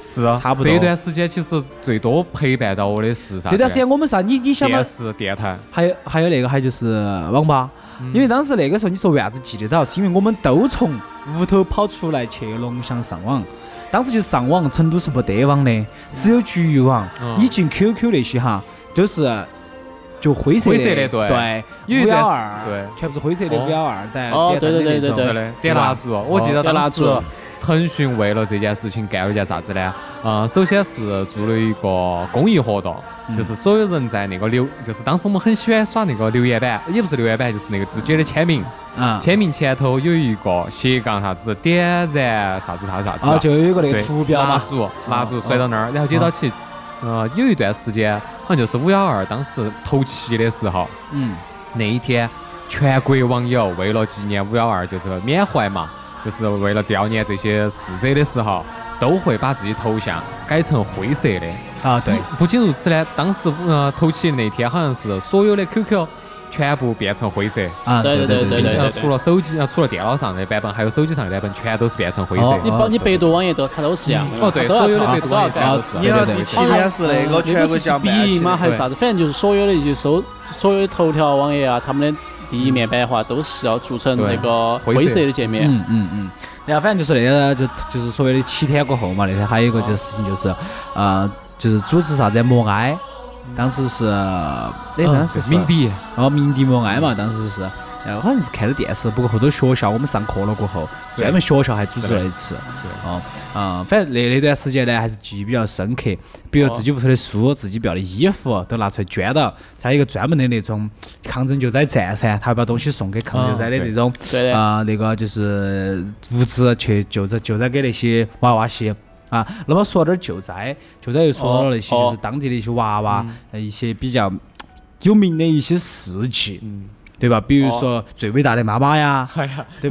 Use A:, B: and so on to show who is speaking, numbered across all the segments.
A: 是啊
B: 差不多
A: 这段时间其实最多陪伴到我的是啥子？
B: 这段时间我们啥？你你想嘛
A: 电？视、电台，
B: 还有还有那个，还有就是网吧，因为当时那个时候你说为啥子记得到，是因为我们都从屋头跑出来去龙翔上网。当时就上网，成都是没得网的，只有局域网。
A: 嗯
B: 你进 QQ 那些哈，都是就灰色
A: 灰色的对
B: 对，
A: 有一
B: 五
A: 段
B: 幺
A: 时
B: 二，
A: 对
B: 全部是灰色的
A: 哦
B: 五幺二，带
C: 哦
B: 点灯的
C: 对
B: 那
C: 对
B: 种
C: 对
A: 是
C: 对
A: 的，点蜡烛。我记得
B: 哦
C: 点蜡
A: 当时
C: 烛
A: 腾讯为了这件事情干了一件啥子呢？嗯，首先是做了一个公益活动，
B: 嗯
A: 就是所有人在那个留，就是当时我们很喜欢耍那个留言板，也不是留言板，就是那个自己的签名。
B: 啊
A: 签名前头有一个斜杠啥子点燃啥子啥子啥子啊
B: 啊，就有一个那个
A: 对
B: 图标
A: 蜡
B: 嘛，
C: 嗯
A: 烛蜡烛甩到那儿，然后接到起，呃，有一段时间好像就是五幺二当时头七的时候，
B: 嗯，
A: 那一天全国网友为了纪念五幺二，就是缅怀嘛，就是为了悼念这些逝者的时候，都会把自己头像改成灰色的。
B: 啊对，
A: 不仅如此呢，当时呃头七的那天好像是所有的 QQ 全部变成灰色。
B: 啊
C: 对
B: 对
C: 对对对
A: 呃，除了手机，呃，除了电脑上的版本，还有手机上的版本，全都是变成灰色
B: 哦。
C: 你包你百度网页都它都是一样的，
A: 啊哦，对，
C: 它
A: 所
C: 都
A: 有
C: 要
A: 的
C: 它
A: 百度网页
C: 都要
A: 全
C: 搞
A: 都是
D: 你要第
B: 对
D: 七天是
C: 哦
D: 那个全国
C: 呃是
D: 奖
C: 第
D: 办
C: 一
D: 起
C: 吗？
D: 的，
C: 还是啥子？反正就是所有的一些搜，所有的头条网页啊，他们的第一面版画都是要做成这个
A: 对
C: 灰色的界面。
B: 嗯嗯嗯。然后反正就是那个，就就是所谓的七天过后嘛，那天还有一
A: 哦
B: 个就是事情就是，呃，就是组织啥子默哀，当时是，那当时
A: 嗯
B: 是
A: 鸣，笛，
B: 哦，鸣笛默哀嘛，当时是，然后好像是看的电视，不过后头学校我们上课了过后，
A: 对
B: 专门学校还组织
A: 是的
B: 了一次，
A: 对
B: 哦，啊，反正那那段时间呢，还是记忆比较深刻，比
A: 哦
B: 如自己屋头的书、自己不要的衣服都拿出来捐了，还有一个专门的那种抗震救灾站噻，他会把东西送给抗震救灾的
A: 哦对
B: 那种。
C: 对的，
B: 啊、那个就是物资去救灾，救灾给那些娃娃些啊。那么说点儿救灾，救灾又说到了那些
C: 哦哦
B: 就是当地的一些娃娃，
A: 嗯
B: 呃一些比较有名的一些事迹，
A: 嗯
B: 对吧？比如说最伟大的妈妈呀，对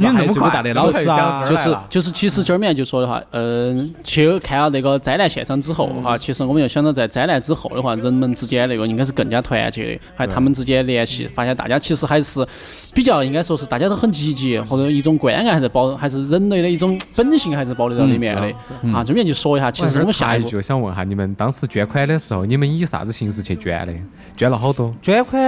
A: 哦哎
B: 吧？
A: 你
B: 还
A: 那
B: 有
A: 么
B: 最伟
A: 快
B: 大的
A: 那
B: 老
A: 么快
B: 师
A: 就讲
B: 啊
A: 到，这
C: 就
A: 儿来
C: 是
A: 了
C: 就是，其实今儿面就说的话，嗯，去看了那个灾难现场之后
B: 嗯
C: 哈，其实我们就想到在灾难之后的话，人们之间那个应该是更加团结的，还有他们之间联系，发现大家其实还是比较应该说是大家都很积极，或者一种关爱还是保，还是人类的一种本性还是保留到里面的
B: 嗯
C: 啊。这边就说一下，其实我们下
A: 插
C: 一
A: 一
C: 步
A: 句，想问下你们当时捐款的时候，你们以啥子形式去捐的？捐了好多？
B: 捐款，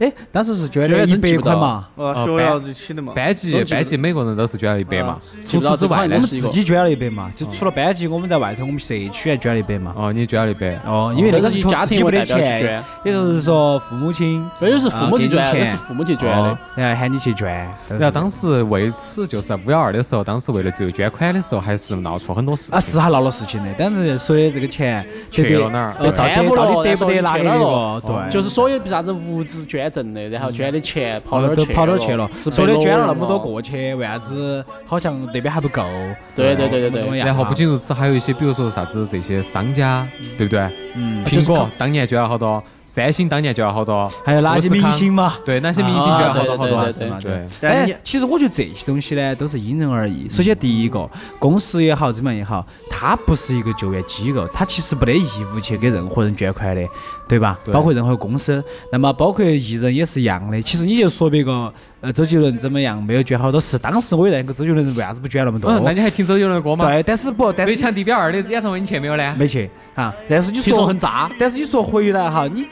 B: 哎，当时是捐了
C: 捐
B: 一
C: 真记
B: 百
C: 不
B: 块
C: 到
B: 嘛，
A: 呃
D: 哦，学
A: 班
D: 校就起的嘛。
A: 班级
C: 总计
A: 班级每个人都是捐了一百嘛
D: 啊。
A: 除
C: 记不到
A: 此之
C: 这
A: 外
C: 款
A: 呢
B: 我
C: 我
B: 们
C: 们？
B: 自己捐了一百嘛，就除了班级，我们在外头我们社区还捐了一百嘛。
A: 哦，你捐了一百。
B: 哦，因为那个是
C: 以
B: 确
C: 家
B: 实
C: 庭
B: 没
C: 为
B: 得
C: 代表去
B: 钱，
C: 捐，
B: 也就是说父母亲
C: 那有是父母去捐，
B: 啊给
C: 那
B: 你
C: 是
B: 钱
C: 父母去捐
B: 哦
C: 的。
B: 然后喊你去捐。
A: 然后当时为此，就是五幺二的时候，当时为了这个捐款的时候，还是闹出很多事
B: 啊，
A: 情。
B: 是还闹了事情的，但是说的这个钱
A: 去
B: 得
A: 了哪儿
B: 呃，到
C: 耽
B: 底
C: 误了
B: 到底得不得拿给那
C: 然
B: 个
C: 后？
B: 哦对，
C: 就是所有啥子物资捐赠的，然后捐的钱跑哪儿
B: 都
C: 去
B: 跑哪儿去了？
C: 是被
B: 说的捐了
C: 挪
B: 那
C: 用
B: 么多过去，为啥子好像那边还不够？哦
C: 对对对对对
B: 怎么怎么样啊
A: 然后不仅如此，还有一些，比如说啥子这些商家，对不对？
C: 啊
B: 嗯，
A: 苹果当年捐了好多，三星当年捐了好多，
B: 还有哪
A: 富
B: 些
A: 士
B: 明
A: 康？
B: 星嘛？
A: 对，哪些明星捐了好多好
C: 啊
A: 多？
C: 对对对对
B: 对
A: 对，
B: 但
D: 但
C: 哎
D: 你
B: 其实我觉得这些东西呢，都是因人而异。首先，第一个，公司也好，怎么样也好，它不是一个就业机构，它其实没得义务去给任何人捐款的，对吧？
A: 对
B: 包括任何公司，那么包括艺人也是一样的。其实你就说别个，呃，周杰伦怎么样，没有捐好多是当时我也在跟周杰伦为啥子不捐那么多？
A: 嗯，那你还听周杰伦的歌吗？
B: 对，但是不，但
A: 最
B: 是
A: 强地表二的演唱会你去没有呢？
B: 没去啊。但是你
C: 听说
B: 说
C: 很渣，
B: 但是你说回来哈，你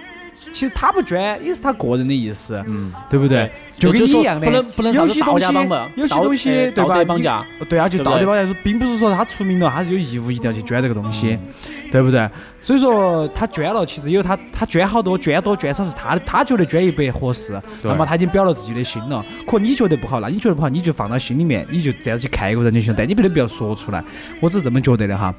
B: 其实他不捐也是他个人的意思，
A: 嗯，
B: 对不对？就跟
C: 就
B: 你
C: 是说
B: 一样的，
C: 不能不能
B: 有
C: 啥
B: 些
C: 子
B: 东
C: 道
B: 西
C: 家绑架，
B: 有些
C: 道
B: 东西
C: 呃
B: 对
C: 道
B: 吧？
C: 德绑架，
B: 对啊，就
C: 对不
B: 道德
C: 对
B: 绑架，并不是说他出名了，他是有义务一定要去捐这个东西，
C: 嗯
B: 对不对？所以说他捐了，其实有他他捐好多，捐多捐少是他的，他觉得捐一百合适，
A: 对
B: 那么他已经表了自己的心了。可你觉得不好，那你觉得不好，你就放到心里面，你就这样去看一个人就行，但你不得不要说出来，我只是这么觉得的哈。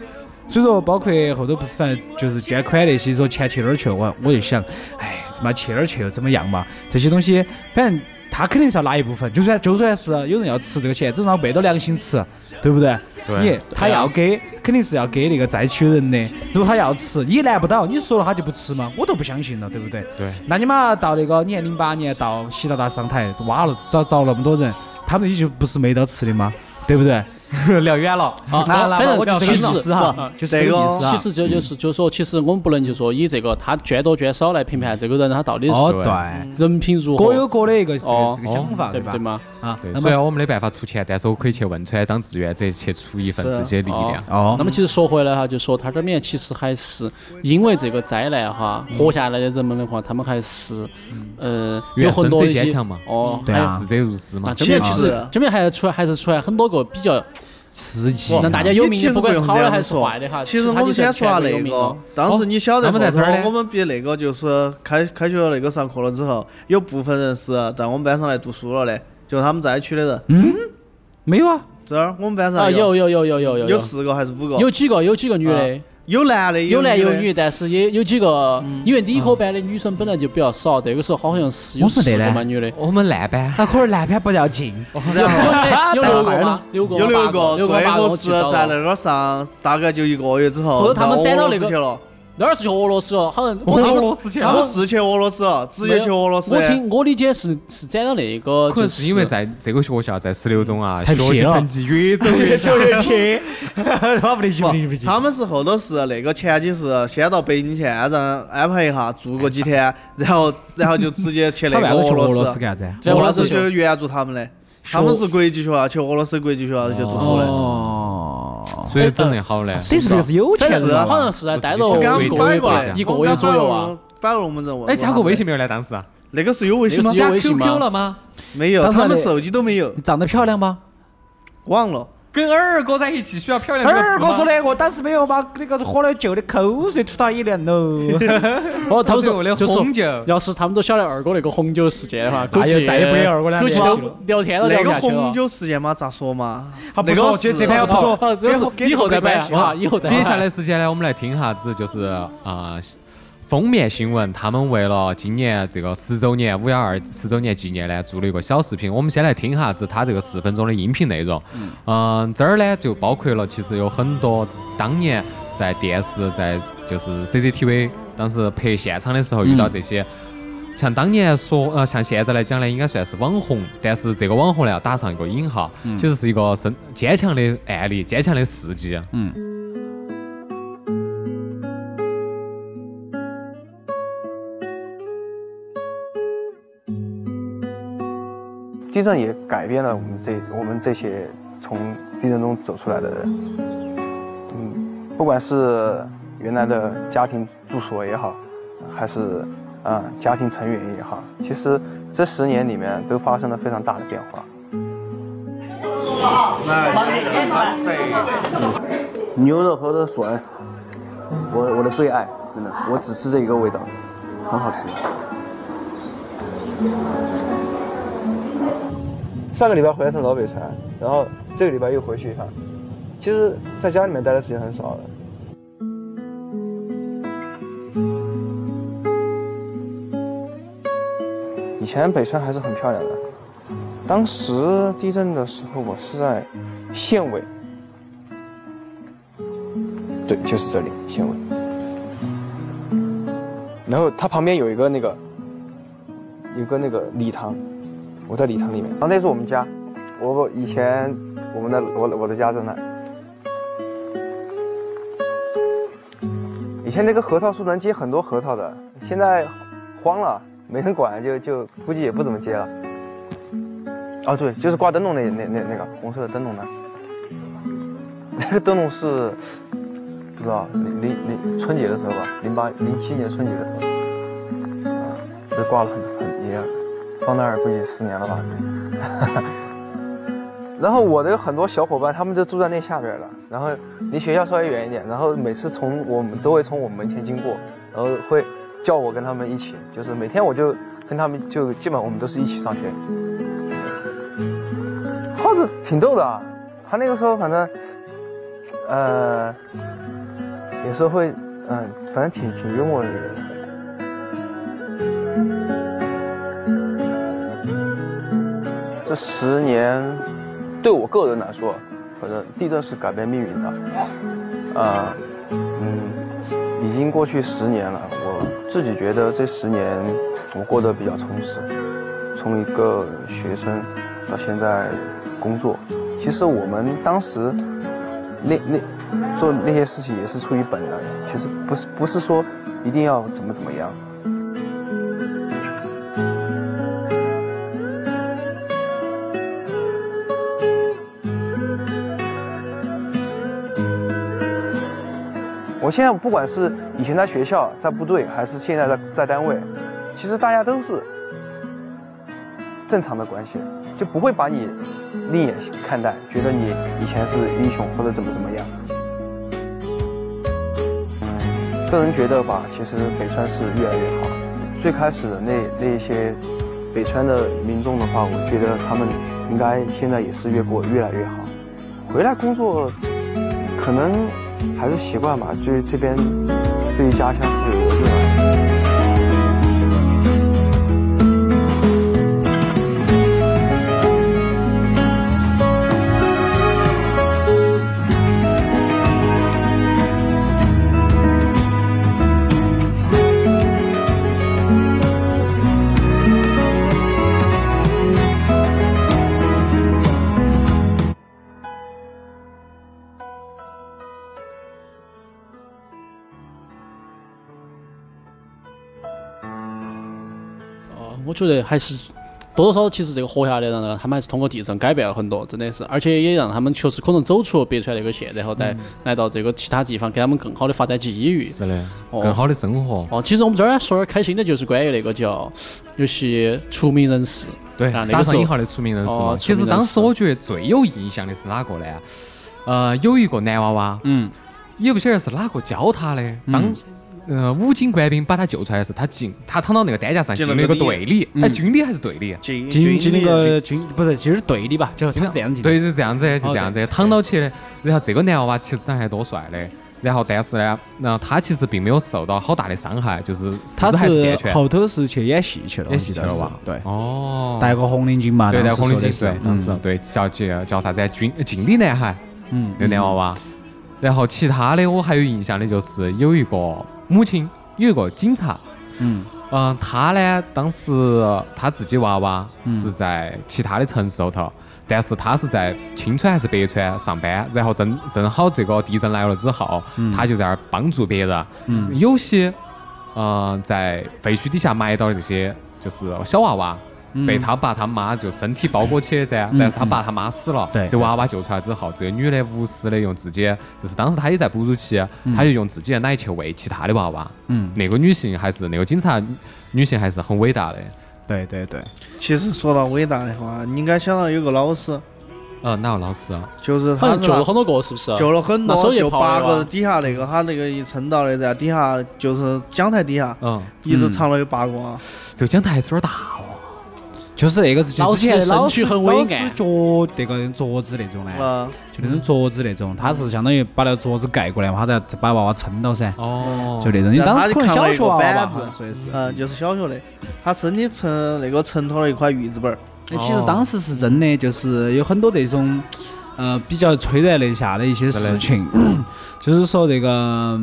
B: 所以说，包括后头不是反正就是捐款那些，说钱去哪儿去了，我我就想，哎，是嘛，去哪儿去又怎么样嘛？这些东西，反正他肯定是要拿一部分，就算就算是有人要吃这个钱，至少昧着良心吃，对不对？你他要给，肯定是要给那个灾区人的。如果他要吃，你难不倒，你说了他就不吃吗？我都不相信了，对不对？
A: 对。
B: 那你妈到那个，你看零八年到习大大上台，挖了找找那么多人，他们也就不是没得吃的吗？对不对？
A: 聊远了。
C: 啊，
B: 那那
C: 反
B: 我
C: 正
B: 就
C: 其
B: 是
C: 实
B: 这个意思哈，就是这个意思啊
C: 其
B: 哈。
C: 实这就是就是说，其实我们不能就说以这个他捐多捐少来评判这个人他到底
B: 哦，
C: 是
B: 对，
C: 人品如何，
B: 各有各的一个这个
C: 哦
B: 这个想法，
C: 对不
B: 吧
C: 对？嘛？
B: 啊，
A: 对，
B: 那
A: 虽
B: 么
A: 然我没得办法出钱，但是我可以去汶川当志愿者去出一份自己的力量。
B: 哦
C: 那，么其实说回来哈，就说他这面其实还是因为这个灾难哈，
B: 嗯
C: 活下来的人们的话，他们还是呃有
A: 原
C: 很
A: 生
C: 多
A: 最
C: 一些
A: 坚强嘛，
C: 哦，
B: 对
C: 还有
B: 啊
A: 逝者如斯
C: 啊，
A: 嘛。
C: 这边
B: 其
C: 其
B: 实
C: 实这边还出来还是出来很多个比较
B: 实际
C: 让大家有名
D: 其
C: 的，
D: 实
C: 不管是
D: 用
C: 好
D: 这
C: 的
D: 样
C: 还
D: 子
C: 是
D: 说
C: 坏的哈，
D: 其实
C: 实
D: 我
C: 他就
D: 们
C: 是
D: 先说下
C: 全国有
D: 那
C: 名哦
D: 个
C: 了，
D: 当时你晓得
A: 那么在这儿呢
D: 我们比那个就是开开学那个上课了之后，有部分人是在我们班上来读书了的，就他们灾区的人。
B: 没有啊？
D: 这儿我们班
C: 嗯
D: 上
C: 啊，有有有有有有
D: 有四个还是五个？
C: 有几个有几个女
B: 啊
C: 的。
D: 有男的，
C: 有男有
D: 的嗯
C: 女，。但是也有几个，因为理科班的女生本来就比较少，那个时候好像是有
B: 我说
C: 四
B: 对
C: 个
B: 嘞
C: 嘛女 的，
A: 我们烂班
B: 那可能男偏不要进，
D: 然 后
C: 有有六个吗？六个吗，
D: 有
C: 六
D: 六个，
C: 六个
D: 最
C: 八个
D: 后
C: 我
D: 是
C: 记得了
D: 在那个上大概就一个月之
C: 或
D: 后，
C: 者他们
D: 到
C: 栽到
D: 俄罗
C: 那个
D: 斯去了，
C: 那儿是去俄罗斯哦了，好像
A: 我
C: 我
A: 俄罗斯去
D: 他
A: 了
D: 们。是去俄罗斯了，直
C: 没
D: 接
C: 有
D: 去俄罗斯
C: 我
D: 的。
C: 听我理解是是展到那个，
A: 可能
C: 就是
A: 因为在这个学校，在十六中啊，
B: 太
A: 学
B: 撇
A: 习
B: 了
A: 成绩越走越 下
B: 撇， 他不得进，不得
D: 不，他们是后头是那个前期是先到北京去安让安排一下，住个几天，然后然后就直接去那
B: 他为 啥
D: 个
B: 子去
D: 俄
B: 俄
D: 罗
B: 罗斯
D: 斯。
B: 干啥子？
C: 在
D: 俄
C: 俄
D: 罗
C: 罗斯
D: 斯就
C: 去，
D: 援助他们的，他们是国际学校，去俄罗斯国际学校去读书的。
B: 哦，
A: 所以整得好嘞。
B: 这是不是有钱
C: 反正
B: 人
D: 是
B: 啊？
C: 好像是在待了
A: 我
D: 我
A: 给他
D: 刚
A: 们
C: 一个
D: 摆
C: 月
D: 过
C: 吧
D: 来，
C: 一个月左右啊。
D: 摆了龙门阵问。
A: 哎，加过微信？没有呢？当时啊
D: 那个是有微信
C: 那？
D: 吗
C: 个
A: 加
C: 有微信吗
A: QQ 了吗？
D: 没有，
B: 当时
D: 他们
B: 那
D: 手机都没有，
B: 你长得漂亮吗？
D: 忘了。
A: 跟二哥在一起需要漂亮这个
B: 二
A: 词吗
B: 哥说的，哎我当时没有把那个喝了酒的口水吐到一脸喽。
C: 哦，他
A: 他
C: 们
A: 对我
C: 说
A: 的
C: 就说
A: 红，酒。
C: 要是他们都晓得二哥那个红酒事件的话，估
B: 那
C: 计
B: 就再也不跟二哥俩
C: 估计
B: 联
C: 都
B: 系了
C: 聊天都聊
D: 那
C: 不
D: 个
C: 下去了
D: 红。酒事件嘛，咋说嘛？
B: 他不
D: 那
B: 说
D: 个
B: 这
D: 是
B: 这盘要不
C: 好
B: 说
C: 好，这
B: 给
C: 是
B: 我给
C: 以后
B: 我
C: 再
B: 没
C: 摆
B: 关系
C: 啊，以后再摆
A: 接下来时间呢，我们来听哈子，就是啊、呃封面新闻，他们为了今年这个十周年五幺二十周年纪念呢，做了一个小视频。我们先来听哈子他这个十分钟的音频内容。嗯、这儿呢就包括了，其实有很多当年在电视在就是 CCTV 当时拍现场的时候遇到这些。
C: 嗯
A: 像当年说，呃，像现在来讲呢，应该算是网红，但是这个网红呢要打上一个引号，
C: 嗯
A: 其实是一个生坚强的案例，坚强的啊事迹。
E: 地震也改变了我们这我们这些从地震中走出来的人。嗯，不管是原来的家庭住所也好，还是啊、家庭成员也好，其实这十年里面都发生了非常大的变化。牛肉和的笋，我我的最爱，真的，我只吃这一个味道，很好吃。上个礼拜回了趟老北川，然后这个礼拜又回去一趟。其实，在家里面待的时间很少了。以前北川还是很漂亮的。当时地震的时候，我是在县委，对，就是这里县委。然后它旁边有一个那个，有个那个礼堂，我在礼堂里面。然后那是我们家，我以前我们的我我的家在那。以前那个核桃树能结很多核桃的，现在荒了，没人管，就就估计也不怎么结了。哦，对，就是挂灯笼那那那那个红色的灯笼呢，那个灯笼是不知道零零零春节的时候吧，零八零七年春节的时候，啊，就挂了很很也放那儿估计十年了吧。 然后我的有很多小伙伴，他们就住在那下边了，然后离学校稍微远一点，然后每次从我们都会从我们门前经过，然后会叫我跟他们一起，就是每天我就跟他们就基本上我们都是一起上学。耗子挺逗的啊，他那个时候反正，呃，有时候会，嗯、反正挺挺幽默的一个人。这十年，对我个人来说，反正地震是改变命运的。啊，嗯，已经过去十年了，我自己觉得这十年我过得比较充实，从一个学生到现在工作，其实我们当时那那做那些事情也是出于本能，其实不是不是说一定要怎么怎么样。我现在不管是以前在学校、在部队，还是现在在在单位，其实大家都是正常的关系，就不会把你另眼看待，觉得你以前是英雄或者怎么怎么样。个人觉得吧，其实北川是越来越好。最开始的那那一些北川的民众的话，我觉得他们应该现在也是越过越来越好。回来工作，可能还是习惯吧，就是这边对于家乡是有一个热爱。
C: 哦，我觉得还是多多少少，其实这个活下来的人呢，他们还是通过地震改变了很多，真的是，而且也让他们确实可能走出了北川那个县，然后
A: 嗯
C: 再来到这个其他地方，给他们更好的发展机遇。
A: 是的，嗯
C: 哦
A: 更好的生活。
C: 哦，其实我们这儿说点儿开心的，就是关于那个叫有些出名人士，
A: 对，
C: 啊那个
A: 打
C: 时
A: 上
C: 候
A: 引号的出名人士嘛。
C: 哦
A: 其
C: 出
A: 实
C: 名人
A: 当时
C: 士
A: 我觉得最有印象的是哪个呢？呃，有一个男娃娃，
C: 嗯，
A: 也不晓得是哪个教他的。当呃武警官兵把他救出来的时候，他进他躺到那个担架上，
D: 进
A: 进
D: 了
A: 了一
D: 个
A: 个队
D: 队
A: 里，哎，军里还是队里？
D: 进
B: 进进那
D: 里
B: 个军不是就是队里吧，就是他是这样进的。
A: 对，是这样子的，就这样子的，躺到起的。然后这个男娃娃其实长得还多帅的，然后但是呢，然后他其实并没有受到好大的伤害，就是四肢
B: 他
A: 还是健
B: 是
A: 全。哎
B: 后头是去演戏去了，
A: 演戏去
B: 我记
A: 了
B: 得
A: 哇
B: 是对，
A: 啊哦，
B: 戴个红领巾嘛，
A: 对，戴
B: 当时
A: 红领
B: 说的
A: 巾
B: 嗯啊是
A: 是，当时对叫叫叫啥子啊？军锦鲤男孩。
B: 嗯，
A: 那男娃娃。然后其他的我还有印象的就是有一个母亲，有一个警察。
B: 嗯
A: 嗯，他呢，当时他自己娃娃
B: 嗯
A: 是在其他的城市后头，但是他是在青川还是白川上班，然后正正好这个地震来了之后，他就在那儿帮助别人。
B: 嗯
A: 有些，嗯、在废墟底下埋到的这些就是小娃娃，被他爸他妈就身体包裹起的噻，
B: 嗯
A: 但是他爸他妈死了，
B: 对
A: 这娃娃救出来之后，这个女的无私的用自己，就是当时她也在哺乳期，啊她就用自己的奶去喂其他的娃娃。
B: 嗯，
A: 那个女性还是那个警察女女性还是很伟大的。
B: 对对对，
D: 其实说到伟大的话，你应该想到有个老师，
A: 呃，哪个老师啊？
D: 就是
C: 好
D: 他
C: 像
D: 是
C: 救了
D: 吧
C: 很多个，是不是？
D: 救了很
C: 拿呃手
D: 多，
C: 也
D: 就
C: 跑了
D: 八个
C: 哇
D: 底下那个他那个一撑到的，在底下就是讲台底下
A: 嗯，
D: 一直藏了有八个啊。
A: 这个讲台还是有点大哦。
B: 就是那个是
C: 老
B: 就之前
C: 师
B: 的
C: 身
B: 老
C: 躯
B: 师
C: 很
B: 老
C: 伟
B: 师
C: 岸
B: 脚那个镯子那种呢，
D: 啊，
B: 就那种镯子那种，他是相当于把那个镯子盖过来嘛，他再再把娃娃撑到噻，
A: 哦
B: 就那种。你
D: 然后
B: 当
D: 他
B: 时
D: 就
B: 可能
D: 看
B: 小
D: 了一
B: 学
D: 个
B: 娃哦娃
D: 板
B: 吧
D: 子
B: 所以是。
D: 嗯，就是小学的，他身体成那个承托了一块玉子板儿，
B: 那其实当时是真的，就是有很多这种，呃，比较催然泪下的一些事情， 就是说这个，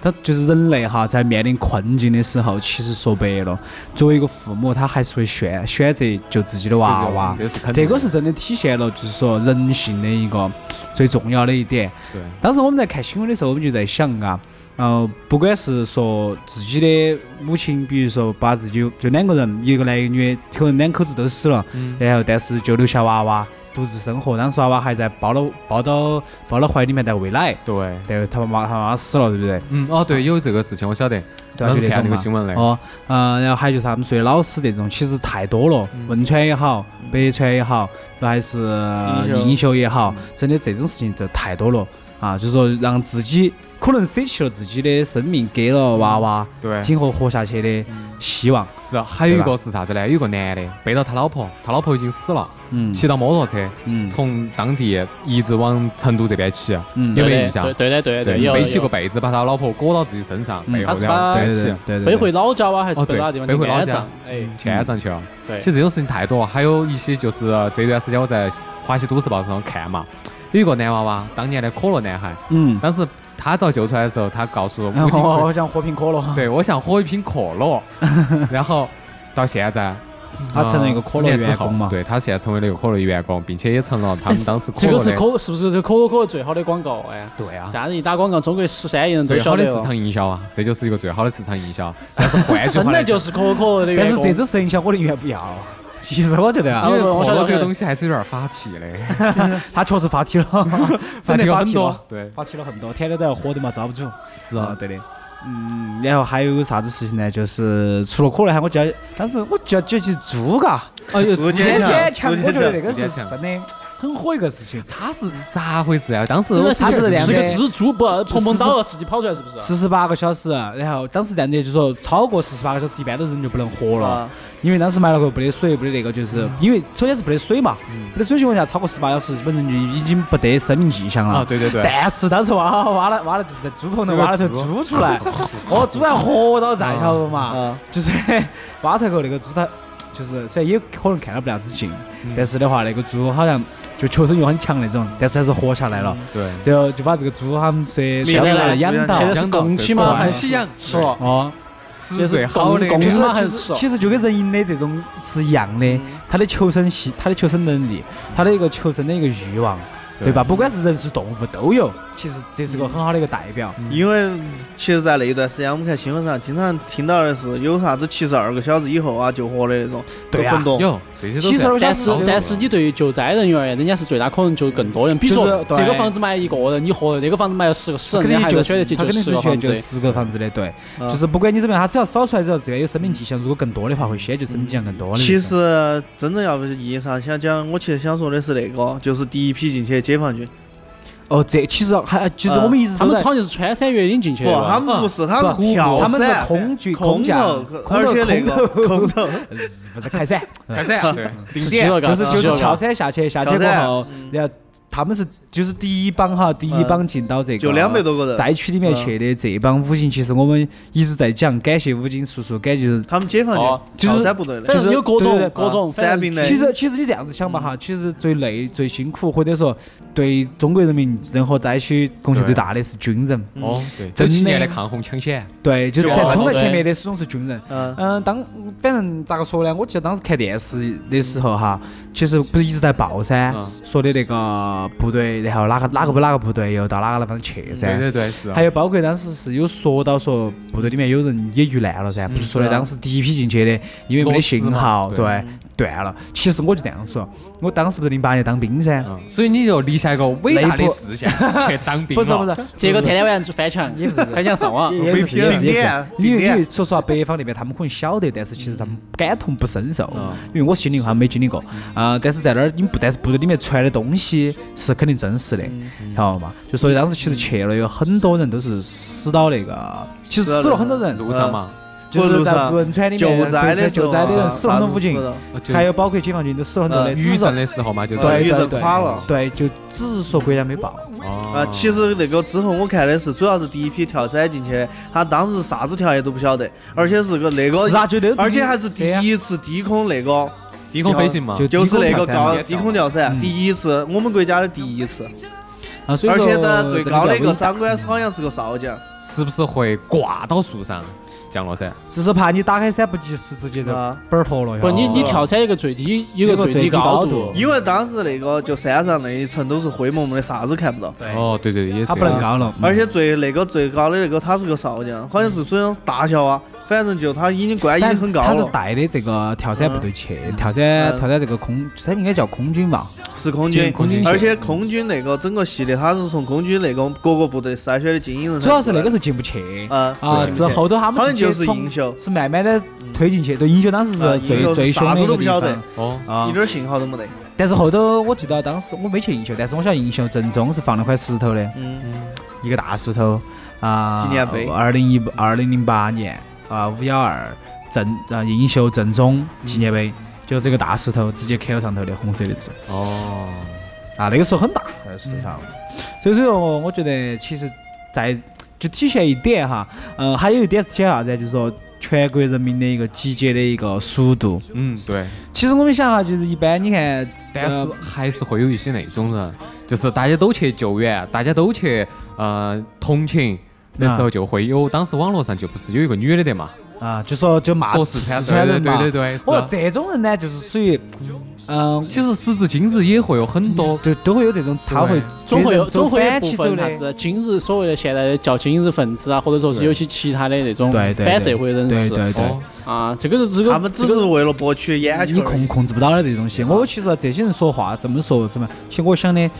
B: 他就是人类哈，在面临困境的时候，其实说白了，作为一个父母，他还是会选选择救自己的娃娃。
A: 这是肯定
B: 这
A: 的
B: 个是真的体现了，就是说人性的一个最重要的一点。
A: 对，
B: 当时我们在看新闻的时候，我们就在想啊，呃，不管是说自己的母亲，比如说把自己就两个人，一个男一个女，可能两口子都死了，
A: 嗯，
B: 然后但是就留下娃娃独自生活，当时娃娃还在抱了抱到抱到怀里面在喂奶，
A: 对，
B: 然后他妈他妈妈死了，对不对？
A: 嗯，哦，对，有这个事情我晓得，
B: 对啊，
A: 当
B: 就
A: 时看那
B: 种
A: 个
B: 嘛。
A: 新闻的。
B: 哦，嗯，然后还有就是他们说的老师这种，其实太多了，
A: 嗯
B: 汶川也好，北川也好，还是映秀也
A: 嗯
B: 好，真的这种事情就太多了啊！就是说让自己可能舍弃了自己的生命，给了
A: 嗯
B: 娃娃
A: 对，
B: 今后活下去的
A: 嗯
B: 希望。
A: 是还有一
B: 对
A: 个是啥子呢？有一个男的背到他老婆，他老婆已经死了，
B: 嗯
A: 骑到摩托车，
B: 嗯
A: 从当地一直往成都这边骑，
B: 嗯
A: 有
C: 对
A: 没有
C: 的
A: 印象
C: 对对的，对的，
A: 对，
C: 有
A: 背起
C: 有
A: 个被子把他老婆裹到自己身上，
B: 嗯
A: 背后
C: 他是
A: 然后
C: 把
B: 对
A: 甩
B: 对
A: 起
B: 对，对，对
C: 背回老家哇，还是
A: 哦
C: 背
A: 对
C: 哪地方？
A: 背回老
C: 安
A: 家嗯
C: 葬，哎，
A: 去安葬去了。
C: 对
A: 其实这种事情太多，还有一些就是呃这段时间我在华西都市报上看嘛，有一个男娃娃，当年的可乐男孩，
B: 嗯，
A: 当时他遭救出来的时候，他告诉武
B: 然后
C: 哦
A: 警，
B: 我想喝瓶可乐。
A: 对我想喝一瓶可乐，然后到现在
B: 他成了一个可乐
A: 10年
B: 员
A: 之后
B: 工嘛。哎
A: 对他现在成为了一个可乐员工，并且也成了他们当时可
C: 这
A: 乐
C: 个是
A: 的
C: 可是不是这可口可乐最好的广告？哎，
A: 对啊，
C: 这样一打广告，中国十三亿人都
A: 最
C: 晓
A: 好
C: 得
A: 的市
C: 哦。
A: 场营销啊，这就是一个最好的市场营销。 但是换句
C: 真
A: 话来
C: 的
A: 讲，
C: 就是可口可乐的
B: 但
C: 员
B: 是
C: 工
B: 这只摄影小我宁愿不要。其实我觉得啊
A: 因，为
C: 我
A: 可
C: 晓
A: 乐这
C: 得我晓
A: 个
C: 得
A: 东西还是有点发题的，
B: 他确实 发起了，
A: 真的
B: 发
A: 很
B: 起
A: 多
B: 了，。
A: 对，
B: 发起了很多，天天都要喝的嘛，遭不住。
A: 是
B: 啊
A: 啊，，
B: 对的。嗯，然后还有啥子事情呢？就是除了可乐，还我记得当时我记得记得猪嘎，
A: 哎呦，
D: 竹
B: 天
D: 间
B: 天
D: 强，
B: 强，我觉得那
D: 强
B: 个是
A: 竹间强
B: 真的很火一个事情。
A: 他是咋回事啊？当时我
B: 他是
C: 是
B: 两
C: 是
B: 个
C: 个蜘蛛不碰碰到了自己跑出来是不是？啊
B: 四十八个小时，然后当时这样的就说，超过四十八个小时，一般的人就不能活了，
D: 啊
B: 因为当时麦乐克没得水，没得那个，就是因为首先是没得水嘛，没得水情况下，超过十八小时，基本人就已经不得生命迹象了。
A: 啊，对对对，
B: 但是当时挖挖了挖了，就是在猪棚头挖了头猪出 来，哦， 猪还活到在，晓得不嘛？
D: 啊，
B: 就是 挖出来后那个猪它，就是虽然也可能看到不啥子劲，
C: 嗯
B: 但是的话那个猪好像就求生欲很强那种，但是还是活下来了。
C: 嗯
A: 对，
B: 最后就把这个猪他们说
C: 明
B: 晓
C: 白
B: 得
C: 了
B: 了养到
D: 现
C: 在是
A: 养到
C: 公鸡
A: 对
C: 吗
A: 公
C: 还
A: 鸡
C: 是
A: 养
C: 吃了
B: 哦，
A: 吃最好的这
C: 公
A: 个
C: 公
B: 就
C: 鸡
B: 是
C: 吗还
B: 其
C: 是嗯
B: 实
C: 吃
B: 其实就跟人赢的这种是一样的，他的求生系，他的求生能力，
C: 嗯
B: 他的一个求生的一个欲望，对吧？？不管是人是动物都有，其实这是个
C: 嗯
B: 很好的一个代表。
D: 因为其实，在那一段时间，我们看新闻上经常听到的是有啥子七十二个小时以后啊救活的那种，
B: 对啊
D: 都很多。
A: 有这些都
B: 其实我
C: 但
B: 想
C: 是但是你对于救灾人员而言，人家是最大可能救更多人。比如
B: 就
C: 说
B: 是对
C: 这个房子埋一个人，你活；那个房子埋了十个死
B: 他
C: 人，
B: 肯
C: 人
B: 定
C: 家还
B: 就
C: 能选择去
B: 他
C: 救
B: 肯定
C: 十
B: 是
C: 个
B: 选
C: 房
B: 就
C: 子。
B: 十个房子的，对，
D: 啊
B: 就是不管你怎么样，他只要少出来之后，这个有生命迹象，如果更多的话，会先就生命迹象更多的。
D: 嗯其实真正要意义上想讲，我其实想说的是那个，就是第一批进去的解放军。
B: 哦，这其实还其实
D: 呃
B: 我们一直
C: 他
B: 都
C: 们
B: 在
C: 好像就是穿山越岭进去
D: 不，
C: 的吧。
D: 他们不是，他
B: 不徒
D: 们
B: 步
D: 跳
B: 他们是
D: 伞
B: 空军
D: 空
B: 降
D: 投，
B: 空
D: 而
B: 投
D: 且那个
B: 空投
D: 空 投，
B: 不是开伞，
A: 开 始对，
C: 十几个，
B: 啊就
C: 嘎
B: 是
C: 十
B: 就
C: 几
B: 是
C: 个
B: 跳
C: 嘎
B: 伞下去，下去
D: 跳
B: 过
D: 伞
B: 后，然后他们是就是第一帮哈，第一帮进到这个
D: 就两百多个人。
B: 灾区里面去的这帮武警，其实我们一直在讲，感谢武警叔叔，感谢就是
D: 他们解放
C: 哦
D: 军
B: 就是
D: 跳伞部队的
C: 反正有各
B: 就是
C: 种
B: 对
C: 各种，
D: 散
C: 反
D: 兵
C: 正
D: 的
B: 其实其实你这样子想嘛哈，其实最累、最辛苦，或者说对中国人民任何灾区贡献最大的是军人。
A: 哦，对，九
B: 真的
A: 七年的抗洪抢险，
B: 对，就是
D: 对
B: 在
D: 对
B: 冲在
C: 对
B: 前面的始终是军人。
D: 嗯，
B: 嗯，当反正咋个说呢？我记得当时看电视的时候哈，其实不是一直在报噻
A: 嗯，
B: 说的那个部队，然后哪个哪个部哪个部队又到哪个地方去噻。
A: 对对对，是啊
B: 还有包括当时是有说到说部队里面有人也遇难了噻，不是说的
D: 是啊
B: 当时第一批进去的，因为没得信号，
A: 螺丝
B: 对
A: 嘛
B: 断了。其实我就这样说，我当时不是零八年当兵
D: 啊
B: 噻，
A: 嗯所以你就立下一个伟大的
B: 内部
A: 志向去当兵
B: 不是
A: 了
B: 不是，
C: 结果天天晚上就翻墙，翻墙上网。
B: 也是也是
D: 顶
B: 也是
D: 点，
B: 因
D: 顶
B: 为因为
D: 点。
B: 说实话，北方那边他们可能晓得，但是其实他
D: 嗯
B: 们感同不胜受
D: 啊
A: 嗯，
B: 因为我是经历过，他们没经历过啊。但是在那儿，你不但是部队里面传的东西是肯定真实的，
D: 嗯
B: 晓得嘛？就所以当时其实去了有很多人都是死到那个，其实
D: 死到
B: 死了很多人，
D: 嗯
A: 路上嘛，
B: 就是在汶川里面
D: 救灾
B: 对
D: 的时候
B: 救
D: 啊
B: 灾的人死了很多武警，
A: 呃就
B: 嗯还有包括解放军都死了很多的，
D: 呃
B: 只
A: 余
B: 是说
A: 震的时候嘛，就是
B: 对啊
D: 遇
B: 对
D: 人
B: 对
D: 垮了。
B: 对，就只是说国家没报，
A: 啊
D: 啊，其实那个之后我看的是，主要是第一批跳伞进去的，他当时啥子条件都不晓得，而且是个那个
B: 是，啊，就那个地
D: 而且还是
B: 对
D: 第
B: 啊
D: 一次低空那个，
A: 低空飞行嘛，
B: 就
D: 就是那
B: 低空
D: 个
B: 跳伞嘛
D: 高低空跳伞，第一次，我们国家的第一次，
B: 啊，所以
D: 而
B: 说
D: 且呢，最
B: 这
D: 高的一
B: 比较危
D: 个
B: 险
D: 长官好像是个少将，
A: 是不是会挂到树上降落噻？
B: 只是怕你打开伞不及时，直接就
D: 啊
B: 本儿脱了。
C: 不，你
B: 晓得
C: 你
B: 吗
C: 跳伞有个最低有
B: 哦有
C: 个
B: 个
C: 最
B: 最
C: 低
B: 低
C: 高
B: 高
C: 度
B: 度，
D: 因为当时那个就山上那一层都是灰蒙蒙的，啥子看不到。
A: 哦，对对，对也
B: 他
A: 这
B: 不能
A: 样
B: 高了，嗯
D: 而
B: 且
D: 且最那个最高的那个，他是个少将，好像是准大校啊，反正就他已经官已经很高
B: 嗯他是
D: 了，
B: 带的这个跳伞部队去，跳
D: 嗯
B: 伞跳伞这个空，他应该叫空军吧？
D: 是空军。
A: 空军
D: 而且空军那个整个系列，他是从空军那个各个部队筛选的精英人
B: 主
D: 才出来
B: 要
D: 的。
B: 是那个是进不去。
D: 呃
B: 啊，
D: 是
B: 是后头他们
D: 好像
B: 进
D: 就
B: 去
D: 是
B: 从
D: 英雄，
B: 是慢慢的推进去，对，英雄当时
D: 啊
B: 是
D: 英
B: 最
D: 雄
B: 最
D: 是
B: 凶
D: 啥
B: 的
D: 子
B: 一
D: 都
B: 个
D: 不
B: 地
D: 晓得
B: 方
A: 哦，
B: 啊
D: 一。点信号都没得。
B: 但是后头我记得当时我没去英雄，但是我晓得英雄正中是放了块石头的，
D: 嗯，
B: 一个大石头啊。
D: 纪念碑
B: 二零一二零零八年啊，五幺二正啊英雄正中
A: 嗯
B: 纪念碑，就是一个大石头，直接刻到上头的红色的字
A: 哦，
B: 啊，那个时候很大，
A: 嗯
B: 那个石头上。所以说，我觉得其实在就体现一点哈，嗯，还有一点是体现啥子呢？就是说全国人民的一个集结的一个速度。
A: 嗯，对，
B: 其实我们想哈，就是一般你看，
A: 但
B: 呃
A: 是还是会有一些那种人，就是大家都去救援，大家都去呃同情。那时候就会有，当时网络上就不是有一个女的得嘛，
B: 啊，就说就骂
A: 说四川
B: 四川人
A: 对
B: 嘛
A: 对对对是啊
B: 哦，这种人呢，就是属于，嗯，
A: 其实时至今日也会有很多，
B: 就都会有这种，他会
C: 总会有
B: 走
C: 总会有
B: 反
C: 部
B: 起走
C: 分
B: 的
C: 啥，子今日所谓的现在的叫今日分子啊，或者说是有些其他的那种
B: 对对
C: 反社会人
B: 对
C: 士
B: 对对。
A: 哦
C: 啊，这个是这个
D: 他们只
C: 这
D: 是
C: 个
D: 为了博取眼球
B: 你
D: 而已。
B: 控控制不到的这东西。我其实这些人说话这么说什么，其实我想的，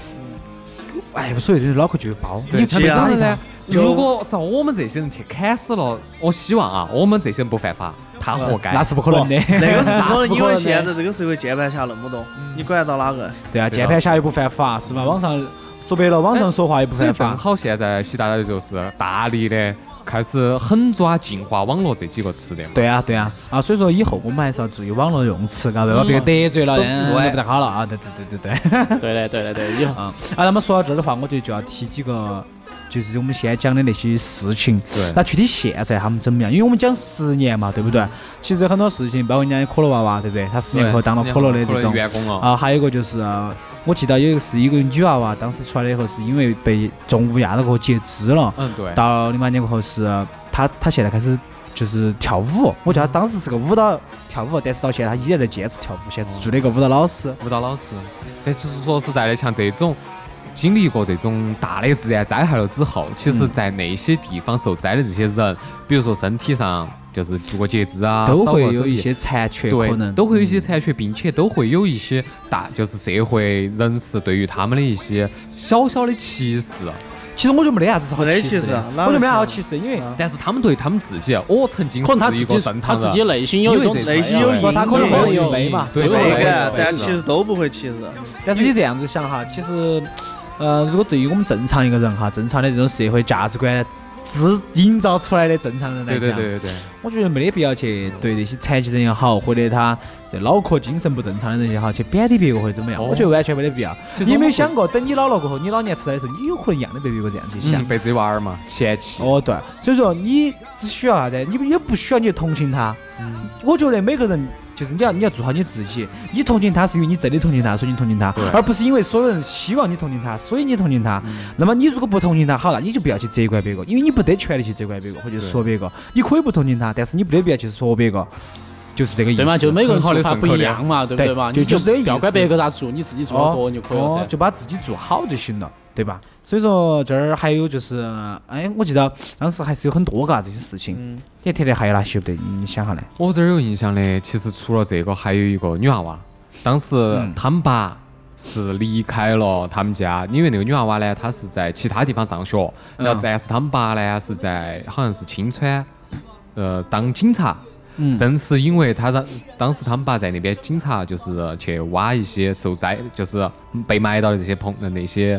B: 哎，无所谓，脑壳就包。
A: 对，啊
B: 你
A: 像这
B: 看这
A: 种
B: 种
A: 人
B: 人
A: 呢
B: 呢，，
D: 就
A: 如果遭我们这些人去砍死了，我希望啊，我们这些人不犯法，他活该。
B: 那是不可能的。
D: 那个是
B: 那
D: 不可
B: 是嗯
D: 能，
B: 不
D: 因
B: 可
D: 为
B: 能
D: 现
B: 的。
D: 在这个社会键盘侠那么多，你管得到哪个？
B: 对啊，键盘侠又不犯法，是吧？网上说白了，网上说话也不
A: 所以正
B: 犯法。
A: 好现在习大大就是大力的开始狠抓“净化网络”这几个词的嘛。
B: 对啊，对啊，啊，所以说以后我们还是要注意网络用词，嘎，不要把别人得罪了，嗯
A: 对
B: 就不太好了啊！对对对对对。
C: 对的对的对的，以后
B: 啊，啊，那么说到这儿的话，我觉得就要提几个，就是我们先讲的那些事情。
A: 对
B: 那具体现在他们怎么样？因为我们讲十年嘛，对不对？其实很多事情，包括人家的可乐娃娃，对不对？他十
A: 对，
B: 年后当了可乐的这种。
A: 员工了。
B: 啊，还有一个就是，我记得有一个是一个女娃娃，当时出来了以后是因为被种乌鸦那个截肢了，
A: 嗯，对。
B: 到零八年过后是她，她现在开始就是跳舞。我觉得她当时是个舞蹈跳舞，但是到现在她依然在坚持跳舞，现在
A: 哦
B: 是做了一个舞蹈老师。
A: 舞蹈老师，但就是说实在的，像这种经历过这种大的自然灾害了之后，其实，在那些地方受灾的这些人，比如说身体上就是做过截肢啊，
B: 都
A: 少
B: 会
A: 过手
B: 有一
A: 臂
B: 些残缺，可
A: 对，
B: 能
A: 都会有一些残缺，并且都会有一些大就是社会人士对于他们的一些小小的歧视，
B: 其实我就没得啥子好
D: 没得
B: 歧视
D: 歧视
B: 的
D: 啊，哪
B: 我
D: 有
B: 就没啥好
D: 歧
B: 歧视，因为
A: 但是他们对他们自己，我曾经
C: 可能他
A: 是
C: 自
A: 一个正
C: 己他
A: 常
C: 自
A: 人，
C: 己内心有
A: 啊
C: 一
A: 因为
C: 种
A: 这
C: 自
D: 内心有
A: 对
D: 阴影
B: 他可能
C: 会
B: 会
C: 有
B: 有悲嘛，
A: 对
D: 这
C: 这
D: 个
C: 个我也
A: 是
D: 但
A: 是
D: 其实都不会歧视。
B: 但是你这样子想哈，其实，呃，如果对于我们正常一个人哈，正常的这种社会价值观自营造出来的正常人来
A: 对
B: 讲，
A: 对对对对，
B: 我觉得没得必要去对那些残疾人也好，或者他这脑壳精神不正常的人也好，去贬低别个或者怎么样，
A: 哦
B: 我觉得完全没得必要。
A: 其实
B: 你有
A: 我
B: 没有
A: 会
B: 想过，等你老了过后，你老年痴呆的时候，你有可能一样的被别个这样去想
A: 嗯，。被自己娃儿嘛嫌弃，
B: 哦，对，所以说你只需要啥子？你不也不需要你去同情他。
C: 嗯
B: 我觉得每个人就是你要你要做好你自己，你同情他是因为你真的同情他，所以你同情他
A: 对，
B: 而不是因为所有人希望你同情他，所以你同情他。
C: 嗯
B: 那么你如果不同情他，好了，你就不要去责怪别个，因为你不得权利去责怪别个或者说别个。你可以不同情他，但是你不得必要去说别个，就是这个意思。
C: 对嘛，就每个人
A: 很好的
C: 做法
A: 顺
C: 不
A: 口
C: 一
A: 溜
C: 样嘛，对不
B: 对
C: 对嘛？
B: 就
C: 你
B: 就是这个
C: 不要
B: 意思
C: 管别个咋做，你自己做好个就可以了
B: 哦
C: 噻，。
B: 就把自己做好就行了，对吧？所以说这儿还有就是，哎，我记得当时还是有很多嘎这些事情。
D: 嗯，
B: 你特别还有哪些不对？你想下来。
A: 我这儿有印象的，其实除了这个，还有一个女娃娃。当时
B: 嗯
A: 他们爸是离开了他们家，因为那个女娃娃呢，她是在其他地方上学，
B: 嗯
A: 然后但是他们爸呢是在好像是青川，呃，当警察。
B: 嗯
A: 正是因为他让当时他们爸在那边警察就是去挖一些受灾，就是被埋到的这些朋呃那些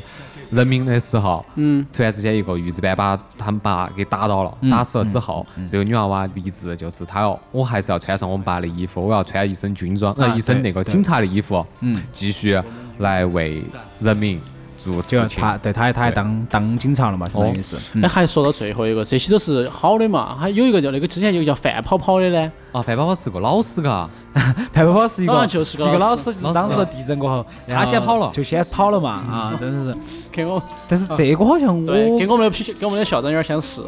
A: 人民的时候，
C: 嗯，
A: 突然之间一个预制板把他们爸给打倒了，
B: 嗯
A: 打死了之后，这个女娃娃立志就是她要，我还是要穿上我们爸的衣服，我要穿一身军装，呃，
B: 啊
A: 一身
B: 对
A: 那个
B: 对
A: 警察的衣服，
B: 嗯，
A: 继续来为人民做
B: 就
A: 事情。
B: 他，对，他还他还当当警察了嘛，相当于是。嗯
C: 哎，还说到最后一个，这些都是好的嘛。还有一个叫那个之前有个叫范跑跑的呢，
A: 啊，范宝宝是个老师
B: 啊
A: 嘎，
B: 潘泡泡是一
C: 当
B: 个，
C: 然就是个
B: 一个
C: 老
B: 老
C: 师
B: 师，就是
A: 老
B: 当
A: 师
B: 时地震过后，然后
A: 先跑了
B: 就先跑了嘛， 啊，真的是。
C: 给我
B: 但是这个好像我，
C: 嗯对，跟我们的批跟我们的校长有点相似，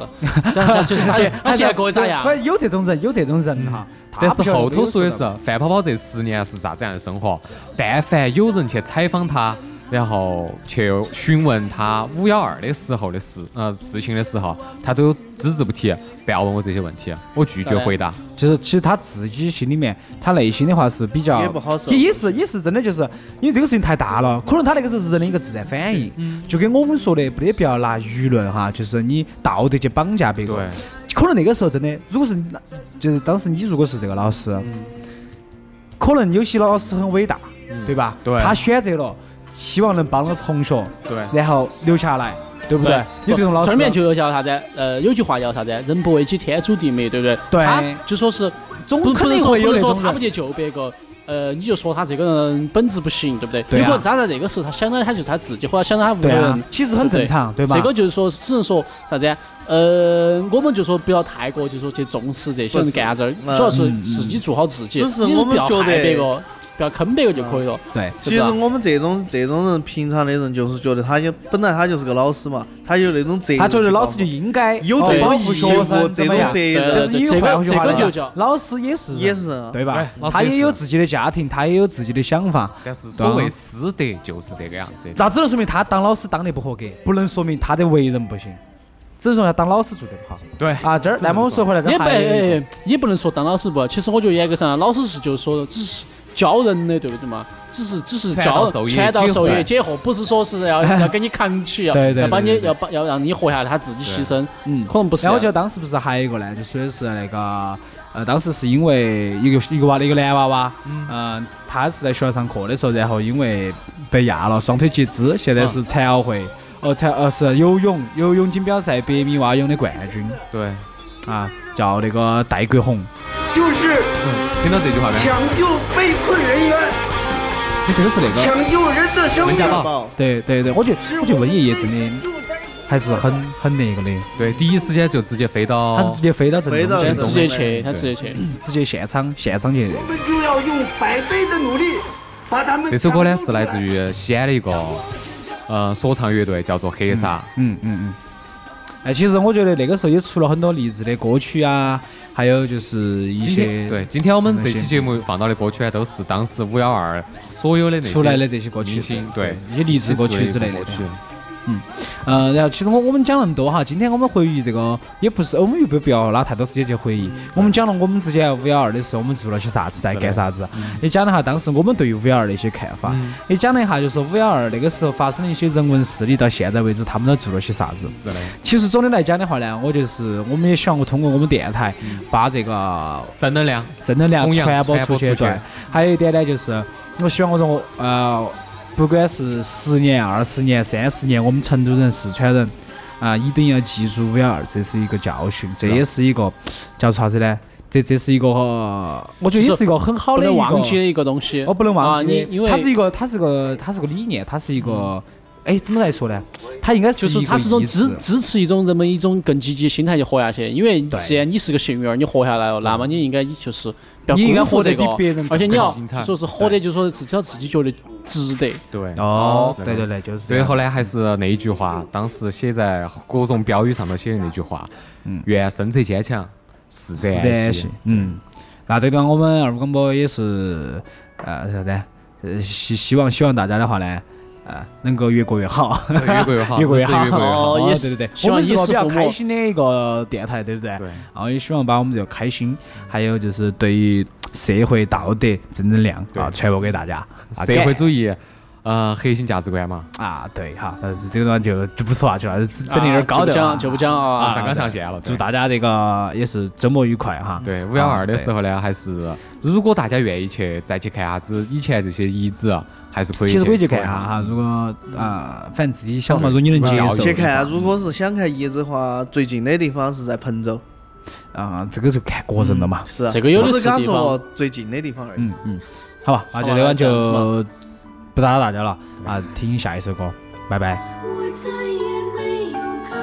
C: 这样这样就是他他现在过得咋样嗯
B: 反？哎正有这种人，有这种人哈。
A: 但
B: 他不
A: 是
B: 晓得
A: 后头说的是
B: 有
A: 范宝宝这十年是啥子样的生活？但凡有人去采访他，然后去询问他五幺二的时候的事，呃，事情的时候，他都只字不提，不要问我这些问题，我拒绝回答。
B: 是，就是其实他自己心里面，他内心的话是比较
D: 也不好受
B: 也也是也是真的，就是因为这个事情太大了，可能他那个时候是人的一个自然反应，就跟我们说的，没得必要拿舆论哈，就是你道德去绑架别个。
A: 对。
B: 可能那个时候真的，如果是那就是当时你如果是这个老师，可能有些老师很伟大，对吧？
A: 对
B: 他选择了，希望能帮到同学，
A: 对
B: 然后留下来，对不对？有这种老师，
C: 这里面就有叫啥子？呃，有句话叫啥子？人不为己，天诛地灭，对不对？
B: 对
C: 他就说是
B: 总
C: 不
B: 肯
C: 不能
B: 定
C: 说
B: 会
C: 不
B: 有那
C: 能说
B: 种
C: 他不
B: 人。
C: 去救别个，呃，你就说他这个人本质不行，对不对？
B: 对啊
C: 如果站在那个时候，他想到他就是他自己，或者想到他无
B: 对
C: 人
B: 啊，，其实很正常，对吧？
C: 这个就是说，只能说啥子呀？呃，我们就说不要太过，就说去重视这些人干啥子儿，
D: 嗯
C: 主要是自己做好自己，
D: 只是
C: 你
D: 我
C: 不
D: 们
C: 要
D: 觉
C: 害
D: 得
C: 别个。不要坑别个就可以了。
B: 对，
C: 是
D: 其实
C: 不是啊
D: 我们这种这种人，平常的人就是觉得他就本来他就是个老师嘛，他有那种责任。
B: 他觉得老师就应该
D: 有
B: 哦
D: 这种
B: 保
D: 义
B: 护学
D: 务、
B: 生
D: 这
B: 怎
D: 种
B: 么样
C: 呃
D: 责
C: 对
D: 任，
B: 但是你
C: 这个
B: 换句话
C: 这个
B: 来讲
C: 就叫哎
B: 老师也是人
D: 也是人。
B: 对吧
A: 对？老师
B: 他
A: 也
B: 也
A: 是
B: 有自己的家庭，他也有自己的想法。
A: 但是所谓师德就是这个样子的。
B: 那只能说明他当老师当得不合格，不能说明他的为人不行，只能说他当老师做得不好。
A: 对
B: 啊，这儿，那么我们说回来，
C: 也
B: 跟
C: 不
B: 还有一个
C: 哎也不能说当老师不，其实我觉得严格上老师是就是说只是教人的，对不对嘛？只是只是
A: 传
C: 教
A: 道授业
C: 传道
A: 解
C: 授
A: 惑
C: 业解惑，不是说是 要要给你扛起，要
B: 对对
C: 要把
B: 对
C: 你要把要让你活下来，他自己
A: 对
C: 牺牲，
B: 嗯，
C: 可能不是啊
B: 然后。我记得当时不是还有一个呢，就说的是那个，呃，当时是因为一个一个娃的一个男娃娃，嗯、他是在学校上课的时候，然后因为被压了，双腿截肢，现在
C: 嗯
B: 是残奥会，哦，残呃是游泳游泳锦标赛百米蛙泳的冠军
A: 对，
B: 啊，叫那个戴国红。
F: 就是
A: 嗯听到这句话没？
F: 抢救被困人员，
B: 你这个是那个？
F: 抢救人的生
A: 文
F: 命
A: 家。宝，
B: 对对对，我觉得我觉得文艺也真的还是很很那个的，
A: 对，第一时间就直接飞到，
B: 他是直接飞到正
D: 飞到
B: 中
C: 他
B: 间
D: 正
C: 直
D: 中
C: 接
D: 间
C: 去，他
A: 对
C: 直接去。
B: 直接现场现场去的。
F: 我们就要用百倍的努力把他们。
A: 这首歌呢是来自。于西安的一个呃说唱乐队，叫做黑鲨。
B: 嗯嗯嗯。哎，其实我觉得那个时候也出了很多励志的歌曲啊，还有就是一
A: 今
B: 些
A: 天对，今天我们这期节目放到的歌曲呢，都是当时五幺二所有的那些
B: 出来的这些歌曲
A: 明星，对，
B: 一些励志歌曲之类的
A: 歌。曲。
B: 嗯，然后其实我我们讲了那么多哈，今天我们回忆这个也不是，我们又不必要拉太多时间去回忆。我们讲了我们之前五幺二的时候，我们做了些啥子，在干啥子，啊也讲了一下当时我们对于五幺二的一些看法，也讲了一下就是五幺二那个时候发生的一些人文事理，到现在为止他们都做了些啥子。
A: 是的，
B: 其实总的来讲的话呢，我就是我们也希望通过我们电台把这个
A: 正能量，
B: 正能量
A: 弘扬
B: 传播
A: 传播
B: 出去。
A: 出去
B: 对，还有一点呢，就是我希望我从呃，不管是十年、二十年、三十年，我们成都人、四川人啊、一定要记住五幺二，这是一个教训，这
C: 啊
B: 也是一个叫啥子呢？这这是一个，呃我觉得也是一个很好
C: 不
B: 的一
C: 能
B: 个，
C: 忘记的一个东西，
B: 哦我不能忘
C: 啊
B: 记
C: 你因为嗯
B: 它是一个，它是个，它是个理念，它是一个，哎，怎么来说呢？它应该
C: 就是是
B: 一
C: 它
B: 个
C: 是一种哦
B: 意
C: 支
B: 志。
C: 支持一种人们一种更积极的心态去活下去，因为
B: 对
C: 既然你是个幸运儿，你活下来了，那么你应该就是不要
B: 你应该
C: 辜负
B: 活得
C: 这个
B: 比别人
C: 而且
B: 更
C: 你要
A: 精彩
C: 就说是活得就说是只要自己觉得值得，
A: 对。
B: 哦
A: 是，的
B: 对对对，就是这
A: 最
B: 样
A: 后呢，还是那一句话，当时写在各种标语上头写的那句话：“嗯，愿生者坚强，逝者安
B: 安
A: 息。
B: 嗯，那这段我们二五广播也是呃啥子？呃希希望希望大家的话呢，呃能够越过越好，”
A: 对越过越好，
B: 越过越
A: 日子
B: 好，
A: 越过越好。
C: 哦也是
B: 对对对，
C: 希望
B: 我们是
C: 衣
B: 个
C: 食
B: 比较
C: 父母
B: 开心的一个电台，对不对？
A: 对。
B: 然后也希望把我们这个开心，还有就是对于社会道德正能量
A: 对
B: 啊传播给大家。啊
A: 社会
B: 感
A: 主义，呃，核心价值观嘛，
B: 啊，对哈，呃这个地方就就不说下去了，整整的有点高
C: 啊就不
B: 调啊
C: 讲就不讲啊
B: 啊。
A: 上纲上线了。对
B: 祝大家这个也是周末愉快哈。
A: 对五幺二的
B: 哦对
A: 时候呢，还是如果大家愿意去再去看下子以前这些遗址啊，还是可以。啊
B: 其实可以去看一下哈，。如果啊，反正自己想嘛，如果你能接受
D: 去
B: 的话
D: 看，如果是想看遗址的话，最近的地方是在彭州，
B: 啊，这个就看个人了嘛。
D: 是
C: 这个有的
D: 我只
C: 是
D: 敢
C: 地方
D: 说最近的地方而已。
B: 嗯嗯，好吧，那就今晚就不打扰大家了啊，听下一首歌，拜拜。
G: 我再也没有看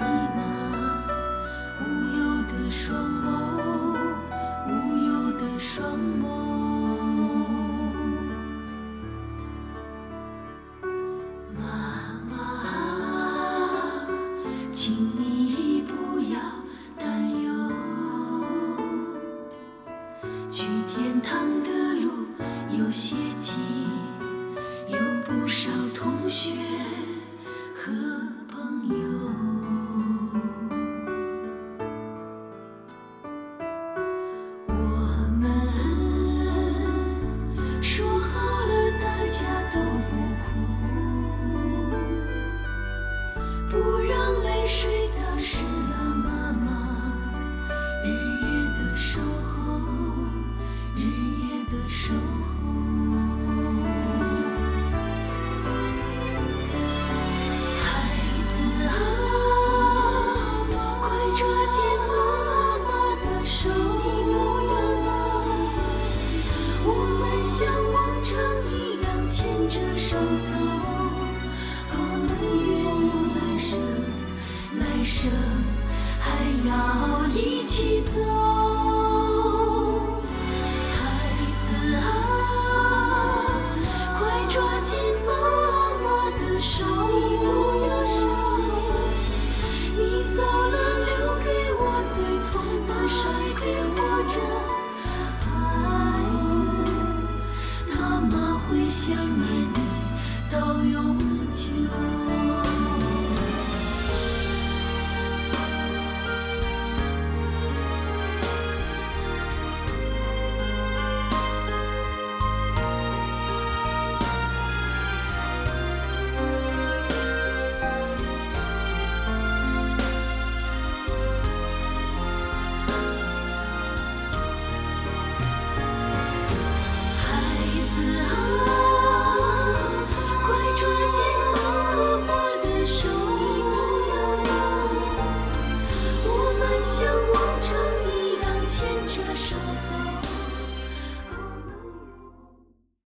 G: 到你那无忧的双眸，无忧的双眸。妈妈啊，请你不要担忧，去天堂的路有些急。有不少同学和朋友。我们说好了，大家都不哭，不让泪水打湿了妈妈日夜的守候，日夜的守候。孩子啊，快抓紧妈妈的手，不要忘。我们像往常一样牵着手走，我们约定来生，来生还要一起走。啊